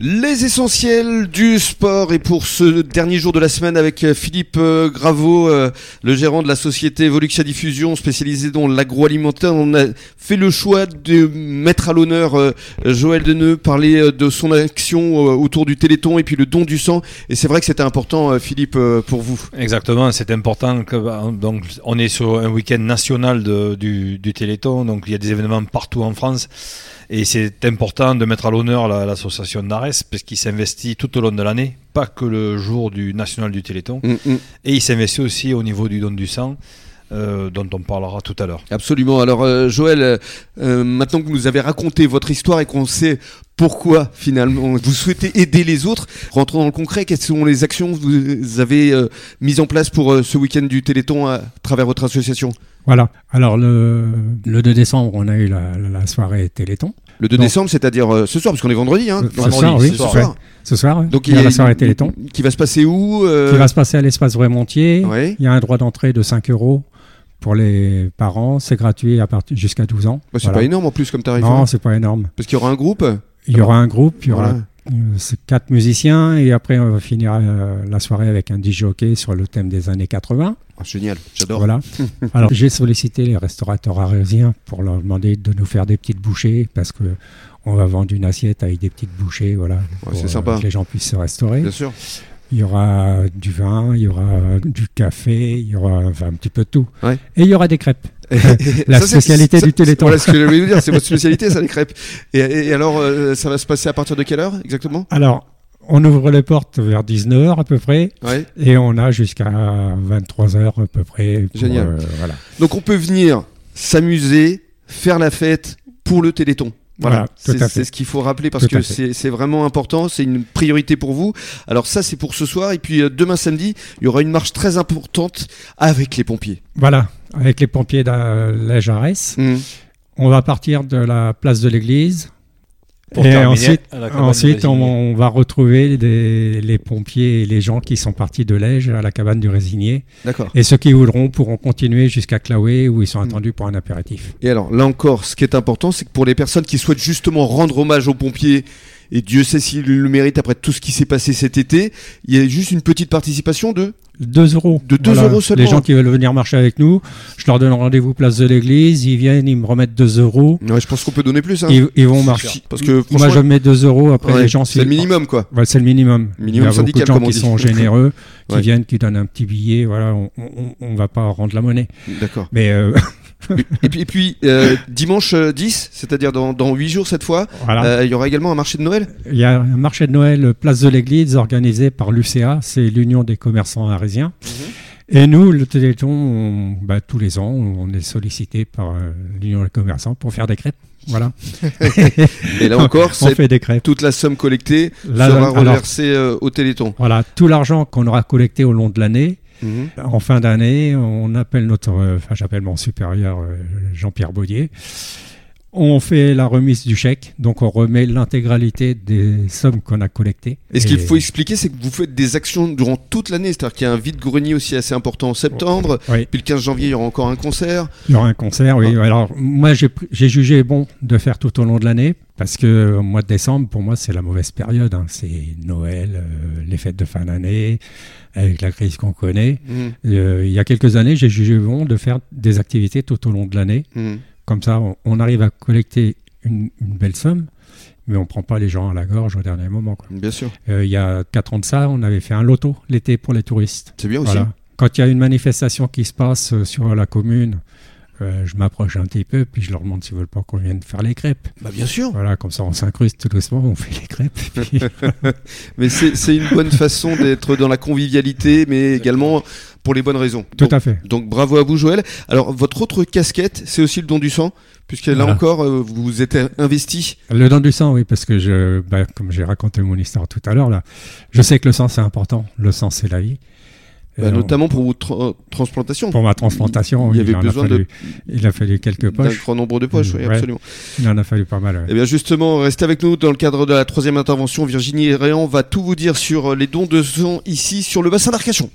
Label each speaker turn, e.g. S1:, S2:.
S1: Les essentiels du sport et pour ce dernier jour de la semaine avec Philippe euh, Graveau, euh, le gérant de la société Voluxia Diffusion spécialisée dans l'agroalimentaire, on a fait le choix de mettre à l'honneur euh, Joël Deneux, parler euh, de son action euh, autour du Téléthon et puis le don du sang. Et c'est vrai que c'était important, euh, Philippe, euh, pour vous.
S2: Exactement, c'est important. Que, bah, donc, on est sur un week-end national de- du, du Téléthon, donc il y a des événements partout en France. Et c'est important de mettre à l'honneur la- l'association d'Ares, parce qu'il s'investit tout au long de l'année, pas que le jour du national du Téléthon.
S1: Mm, mm.
S2: Et il s'investit aussi au niveau du don du sang, euh, dont on parlera tout à l'heure.
S1: Absolument. Alors euh, Joël, euh, euh, maintenant que vous nous avez raconté votre histoire et qu'on sait pourquoi finalement vous souhaitez aider les autres, rentrons dans le concret. Quelles sont les actions que vous avez euh, mises en place pour euh, ce week-end du Téléthon à travers votre association
S3: Voilà. Alors, le, le 2 décembre, on a eu la, la soirée Téléthon.
S1: Le 2
S3: Non.
S1: décembre, c'est-à-dire euh, ce soir, parce qu'on est vendredi. Hein,
S3: Euh,
S1: Non,
S3: ce
S1: vendredi,
S3: soir, oui,
S1: ce
S3: ce
S1: soir.
S3: soir. Ce soir,
S1: Donc,
S3: il y a
S1: une-
S3: la soirée Téléthon
S1: Qui va se passer où euh,
S3: qui va se passer à l'espace Vrémontier.
S1: ouais.
S3: Il y a un droit d'entrée de 5 euros pour les parents. C'est gratuit à partir jusqu'à 12 ans.
S1: Bah, c'est
S3: Voilà.
S1: pas énorme Ah en plus comme tarif. hein.
S3: Non, c'est pas énorme.
S1: parce qu'il y aura un groupe.
S3: Il y aura un groupe, il y aura
S1: Voilà.
S3: euh, c'est quatre musiciens et après on va finir euh, la soirée avec un DJ hockey sur le thème des années 80.
S1: Ah, génial, j'adore.
S3: Voilà. Alors j'ai sollicité les restaurateurs arésiens pour leur demander de nous faire des petites bouchées parce que on va vendre une assiette avec des petites bouchées, voilà, pour,
S1: c'est
S3: euh,
S1: sympa.
S3: que les gens puissent se restaurer.
S1: Bien sûr.
S3: Il y aura du vin, il y aura du café, il y aura enfin, un petit peu de tout.
S1: Ouais.
S3: Et il y aura des crêpes.
S1: Ça,
S3: La
S1: c'est-
S3: spécialité
S1: ça,
S3: du
S1: c'est-
S3: Téléthon.
S1: Voilà ce que je voulais vous dire, c'est votre spécialité, ça, les crêpes. Et, et- et alors, euh, ça va se passer à partir de quelle heure exactement
S3: Alors on ouvre les portes vers 19h à peu près.
S1: Ouais.
S3: Et on a jusqu'à 23h à peu près. pour,
S1: Génial.
S3: euh, voilà.
S1: Donc, on peut venir s'amuser, faire la fête pour le Téléthon. Voilà,
S3: Voilà, tout à
S1: c'est
S3: fait.
S1: c'est ce qu'il faut rappeler parce
S3: Tout à
S1: que
S3: fait.
S1: c'est c'est vraiment important, c'est une priorité pour vous. Alors ça c'est pour ce soir et puis euh, demain samedi, il y aura une marche très importante avec les pompiers.
S3: Voilà, avec les pompiers de la- la Jarès.
S1: Mhm.
S3: On va partir de la place de l'église.
S2: Pour
S3: et
S2: terminer,
S3: ensuite,
S2: à la cabane
S3: ensuite
S2: du
S3: on,
S2: Résigné.
S3: on va retrouver des- les pompiers et les gens qui sont partis de Lège à la cabane du Résigné.
S1: D'accord.
S3: Et ceux qui voudront pourront continuer jusqu'à Claoué où ils
S1: Hmm.
S3: sont attendus pour un apéritif.
S1: Et alors, là encore, ce qui est important, c'est que pour les personnes qui souhaitent justement rendre hommage aux pompiers, et Dieu sait s'ils le méritent après tout ce qui s'est passé cet été, il y a juste une petite participation de...
S3: 2 euros.
S1: De deux euros seulement.
S3: Les gens qui veulent venir marcher avec nous, je leur donne rendez-vous place de l'église. Ils viennent, ils me remettent 2 euros.
S1: Ouais, je pense qu'on peut donner plus. Hein.
S3: Ils, ils vont marcher.
S1: Si- Parce que
S3: Moi, je
S1: franchement,
S3: mets 2 euros. Après,
S1: ouais,
S3: les gens
S1: c'est le minimum, quoi.
S3: Ouais, c'est le minimum.
S1: Minimum
S3: Il y a beaucoup
S1: syndical,
S3: de gens
S1: comme on
S3: qui
S1: dit.
S3: sont généreux, qui
S1: Ouais.
S3: viennent, qui donnent un petit billet. Voilà, on, on, on va pas rendre la monnaie.
S1: D'accord.
S3: Mais euh,
S1: Et puis, et puis euh, dimanche euh, 10, c'est-à-dire dans, dans 8 jours cette fois,
S3: voilà,
S1: euh, il y aura également un marché de Noël.
S3: il y a un marché de Noël euh, place de l'Église organisé par l'UCA, c'est l'Union des commerçants arésiens.
S1: Mhm.
S3: Et nous, le Téléthon, on- bah, tous les ans, on est sollicité par euh, l'Union des commerçants pour faire des crêpes. Voilà,
S1: Et là encore,
S3: on
S1: c'est
S3: fait des crêpes.
S1: toute la somme collectée
S3: Là,
S1: sera
S3: alors-
S1: reversée euh, au Téléthon.
S3: Voilà, tout l'argent qu'on aura collecté au long de l'année,
S1: Mhm.
S3: En fin d'année, on appelle notre, euh, enfin j'appelle mon supérieur euh, Jean-Pierre Baudier. On fait la remise du chèque, donc on remet l'intégralité des sommes qu'on a collectées.
S1: Et ce qu'il faut expliquer, c'est que vous faites des actions durant toute l'année, c'est-à-dire qu'il y a un vide-grenier aussi assez important en septembre,
S3: Oui.
S1: puis le 15 janvier, il y aura encore un concert.
S3: Il y aura un concert, oui. Alors moi j'ai pr- j'ai jugé bon de faire tout au long de l'année parce que euh, au mois de décembre pour moi c'est la mauvaise période. hein. C'est Noël, euh, les fêtes de fin d'année, avec la crise qu'on connaît.
S1: Mhm.
S3: Euh, il y a quelques années j'ai jugé bon de faire des activités tout au long de l'année.
S1: Mhm.
S3: Comme ça, on, on arrive à collecter une, une belle somme, mais on prend pas les gens à la gorge au dernier moment. quoi.
S1: Bien sûr,
S3: Euh, il y a 4 ans de ça, on avait fait un loto l'été pour les touristes.
S1: c'est bien aussi.
S3: Voilà. Quand il y a une manifestation qui se passe euh, sur la commune, euh, je m'approche un petit peu, puis je leur demande s'ils veulent pas qu'on vienne faire les crêpes.
S1: Bah bien sûr.
S3: Voilà, comme ça on s'incruste tout doucement, on fait les crêpes. puis-
S1: Mais c'est c'est une bonne façon d'être dans la convivialité, mais également pour les bonnes raisons.
S3: tout
S1: donc,
S3: à fait.
S1: donc bravo à vous Joël. Alors votre autre casquette, c'est aussi le don du sang, puisque là
S3: Voilà.
S1: encore, euh, vous vous êtes investi.
S3: Le don du sang, oui, parce que je, bah, comme j'ai raconté mon histoire tout à l'heure, là, je sais que le sang c'est important. Le sang c'est la vie.
S1: Bah,
S3: Et on-
S1: notamment pour votre tra- transplantation.
S3: Pour ma transplantation,
S1: Il y
S3: oui,
S1: avait
S3: en a
S1: besoin
S3: fallu- il a fallu quelques
S1: d'un
S3: poches.
S1: grand nombre de poches, oui,
S3: Mmh, Ouais.
S1: absolument.
S3: Il en a fallu pas mal. ouais.
S1: Eh bien justement, restez avec nous dans le cadre euh, de la troisième intervention. Virginie Réan va tout vous dire sur les dons de sang ici sur le bassin d'Arcachon.